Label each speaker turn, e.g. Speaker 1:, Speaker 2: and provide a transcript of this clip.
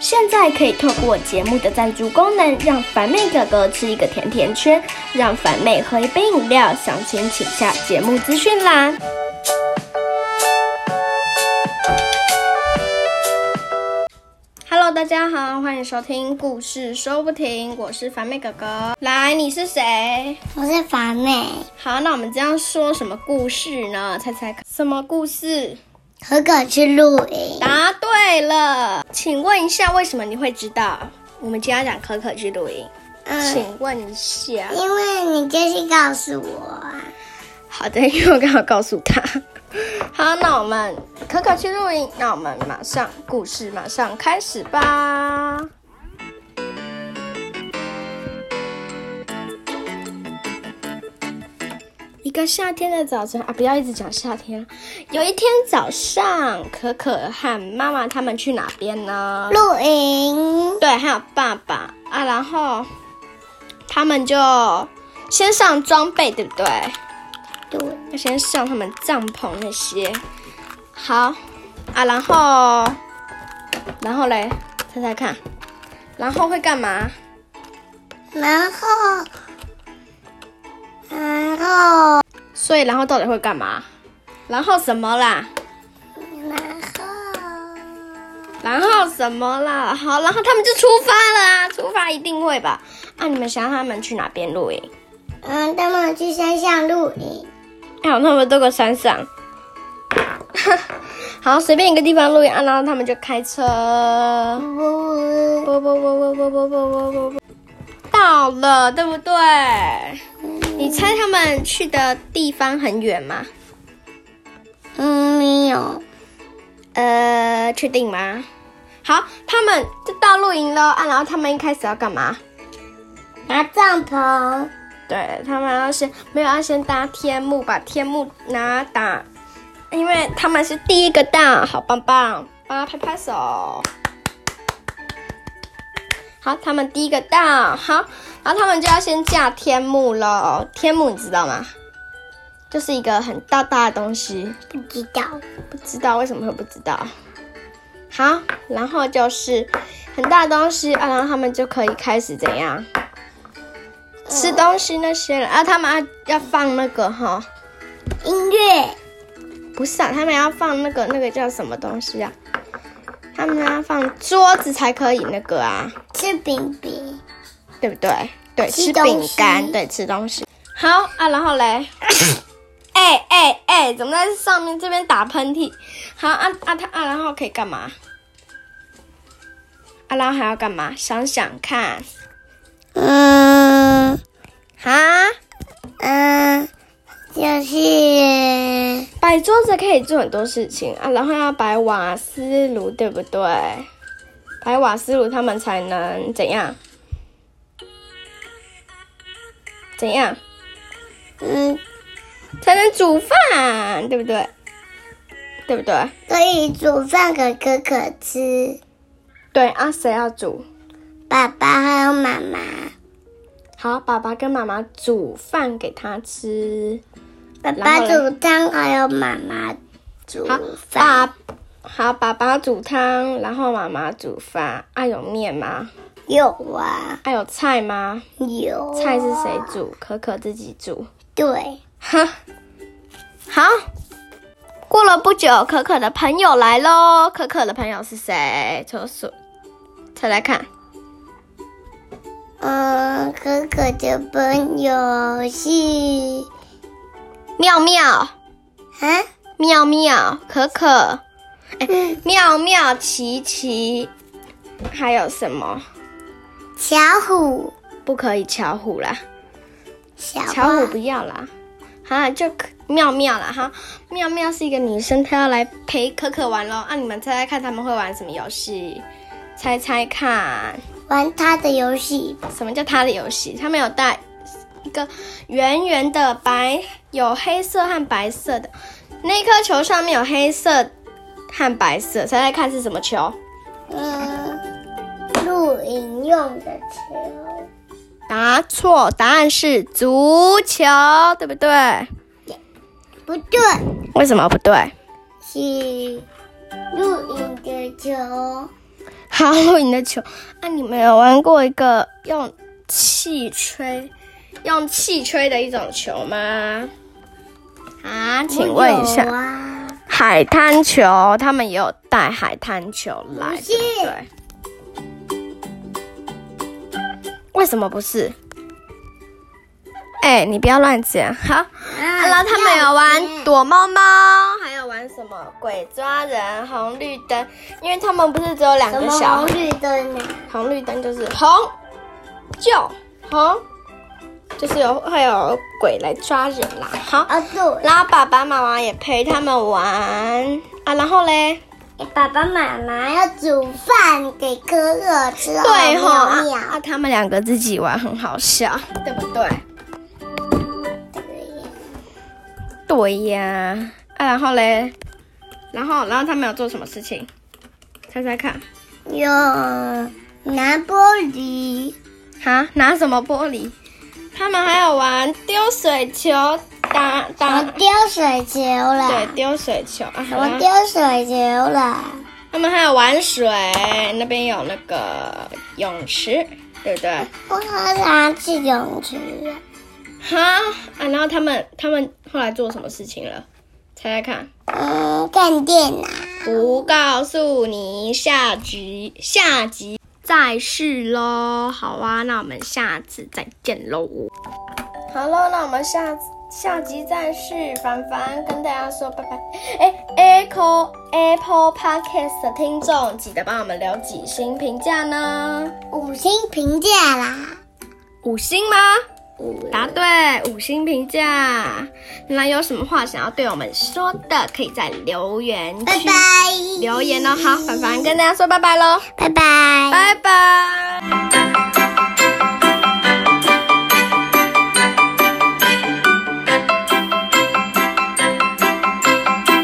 Speaker 1: 现在可以透过节目的赞助功能，让凡妹哥哥吃一个甜甜圈，让凡妹喝一杯饮料。详情请下节目资讯栏。Hello，大家好，欢迎收听故事说不停，我是凡妹哥哥。来，你是谁？
Speaker 2: 我是凡妹，
Speaker 1: 好，那我们将说什么故事呢？猜猜看，什么故事？
Speaker 2: 和狗去露营，
Speaker 1: 答对了，请问一下，为什么你会知道我们今天要讲可可去露营？
Speaker 2: 嗯，
Speaker 1: 请问一下，
Speaker 2: 因为你就是告诉我啊，
Speaker 1: 好的，因为我刚好告诉他。 好，那我们可可去露营，那我们马上故事马上开始吧。一个夏天的早晨啊，不要一直讲夏天。啊有一天早上，可可和妈妈他们去哪边呢？
Speaker 2: 露营，
Speaker 1: 对，还有爸爸啊，然后他们就先上装备，对不对？
Speaker 2: 对，
Speaker 1: 要先上他们帐篷那些。好啊，然后，然后嘞，猜猜看，然后会干嘛？
Speaker 2: 然后，然后，
Speaker 1: 所以然后到底会干嘛？然后什么啦？
Speaker 2: 然
Speaker 1: 然后什么啦？好，然后他们就出发了啊！出发一定会吧？啊，你们想他们去哪边露营？
Speaker 2: 后，嗯，他们去山上露营，
Speaker 1: 还哎有那么多个山上。 好，随便一个地方录音啊，然后他们就开车，
Speaker 2: 呜，
Speaker 1: 啵啵啵啵啵啵啵啵啵啵，到了，对不对？你猜他们去的地方很远吗？
Speaker 2: 嗯，没有，
Speaker 1: 呃，确定吗？好，他们就到露营了啊，然后他们一开始要干嘛？
Speaker 2: 拿帐篷，
Speaker 1: 对他们要先没有要先搭天幕，把天幕拿打，因为他们是第一个到，好棒棒，帮他拍拍手。好，他们第一个到，好，然后他们就要先架天幕喽。天幕你知道吗？就是一个很大大的东西，
Speaker 2: 不知道，
Speaker 1: 不知道为什么会不知道。好，然后就是很大的东西啊，然后他们就可以开始怎样吃东西那些了啊，他们要要放那个哈，
Speaker 2: 音乐，
Speaker 1: 不是啊，他们要放那个那个叫什么东西啊？他们要放桌子才可以那个啊，
Speaker 2: 吃饼饼，
Speaker 1: 对不对？对，吃
Speaker 2: 吃东西
Speaker 1: 饼干，对，吃东西。好啊，然后 嘞，哎哎哎，怎么在上面这边打喷嚏？好啊啊他啊，然后可以干嘛？啊，然后还要干嘛？想想看
Speaker 2: 嗯
Speaker 1: 啊，
Speaker 2: 嗯，就是
Speaker 1: 摆桌子可以做很多事情啊，然后要摆瓦斯炉，对不对？摆瓦斯炉他们才能怎样？怎样
Speaker 2: 嗯，
Speaker 1: 才能煮饭，对不对？对不对？
Speaker 2: 可以煮饭给可可吃。
Speaker 1: 对啊，谁要煮？
Speaker 2: 爸爸还有妈妈，
Speaker 1: 好，爸爸跟妈妈煮饭给他吃。
Speaker 2: 爸
Speaker 1: 然
Speaker 2: 爸
Speaker 1: 后嘞
Speaker 2: 煮汤，还有妈妈煮
Speaker 1: 好，
Speaker 2: 饭。
Speaker 1: 爸，好，爸爸煮汤，然后妈妈煮饭。啊，有面吗？
Speaker 2: 有啊，
Speaker 1: 啊，有菜吗？
Speaker 2: 有啊
Speaker 1: 菜是谁？煮？可可自己煮。
Speaker 2: 对，
Speaker 1: 哈，好。过了不久，可可的朋友来喽。可可的朋友是谁？抽数，猜来看。
Speaker 2: 嗯，可可的朋友是
Speaker 1: 妙妙，
Speaker 2: 啊，
Speaker 1: 妙妙，可可，哎，妙妙，琪琪，还有什么？
Speaker 2: 巧虎，
Speaker 1: 不可以巧虎啦，
Speaker 2: 小
Speaker 1: 巧虎
Speaker 2: 花
Speaker 1: 不要啦，啊，就可妙妙啦哈。妙妙是一个女生，她要来陪可可玩喽。啊，你们猜猜看他们会玩什么游戏？猜猜看。
Speaker 2: 玩他的游戏，
Speaker 1: 什么叫他的游戏？他们有带一个圆圆的白，有黑色和白色的，那颗球上面有黑色和白色，猜猜看是什么球？
Speaker 2: 嗯，露营用的球，
Speaker 1: 答错，答案是足球，对不对？
Speaker 2: 不对，
Speaker 1: 为什么不对？
Speaker 2: 是露营的球。
Speaker 1: 好，我赢的球。啊，你们有玩过一个用气吹、用气吹的一种球吗？啊，请问一
Speaker 2: 我有
Speaker 1: 下，
Speaker 2: 啊、
Speaker 1: 海滩球，他们也有带海滩球来，
Speaker 2: 不是啊
Speaker 1: 对不对？为什么不是？哎、你不要乱讲。好，
Speaker 2: 啊
Speaker 1: 然后他们有玩
Speaker 2: 躲，
Speaker 1: 躲猫猫，嗯还有玩什么鬼抓人、红绿灯，因为他们不是只有两
Speaker 2: 什
Speaker 1: 个
Speaker 2: 么
Speaker 1: 小
Speaker 2: 红
Speaker 1: 孩，
Speaker 2: 绿灯啊呢？
Speaker 1: 红绿灯就是红就红，就是有会有鬼来抓人啦。好，
Speaker 2: 啊，对，
Speaker 1: 然后爸爸妈妈也陪他们玩啊，然后嘞，
Speaker 2: 爸爸妈妈要煮饭给可可吃，
Speaker 1: 对吼、
Speaker 2: 好
Speaker 1: 啊
Speaker 2: 妙
Speaker 1: 啊
Speaker 2: 妙，
Speaker 1: 他们两个自己玩很好笑，对不对？
Speaker 2: 对呀
Speaker 1: 对呀，啊，然后嘞，然后然后他们有做什么事情？猜猜看。
Speaker 2: 啊有拿玻璃，
Speaker 1: 啊，拿什么玻璃？他们还有玩丢水球，打打
Speaker 2: 我丢水球
Speaker 1: 对
Speaker 2: 了，
Speaker 1: 丢水球啊，
Speaker 2: 我丢水球了，
Speaker 1: 他们还有玩水，那边有那个泳池，对不对？
Speaker 2: 我好想去泳池啊，
Speaker 1: 哈啊，然后他们他们后来做什么事情了？猜猜看，
Speaker 2: 嗯，看电脑，
Speaker 1: 不告诉你，下集下集再试喽。好啊，那我们下次再见喽。好喽，那我们下下集再试。凡凡跟大家说拜拜。哎，Apple Apple Podcast 的听众，记得帮我们留几星评价呢？
Speaker 2: 五星评价啦，
Speaker 1: 五星吗？
Speaker 2: 五
Speaker 1: 答对，五星评价。那有什么话想要对我们说的，可以在留言
Speaker 2: 拜
Speaker 1: 区哦
Speaker 2: 拜，
Speaker 1: 留言哦。好，凡凡跟大家说拜拜喽，
Speaker 2: 拜拜，
Speaker 1: 拜拜。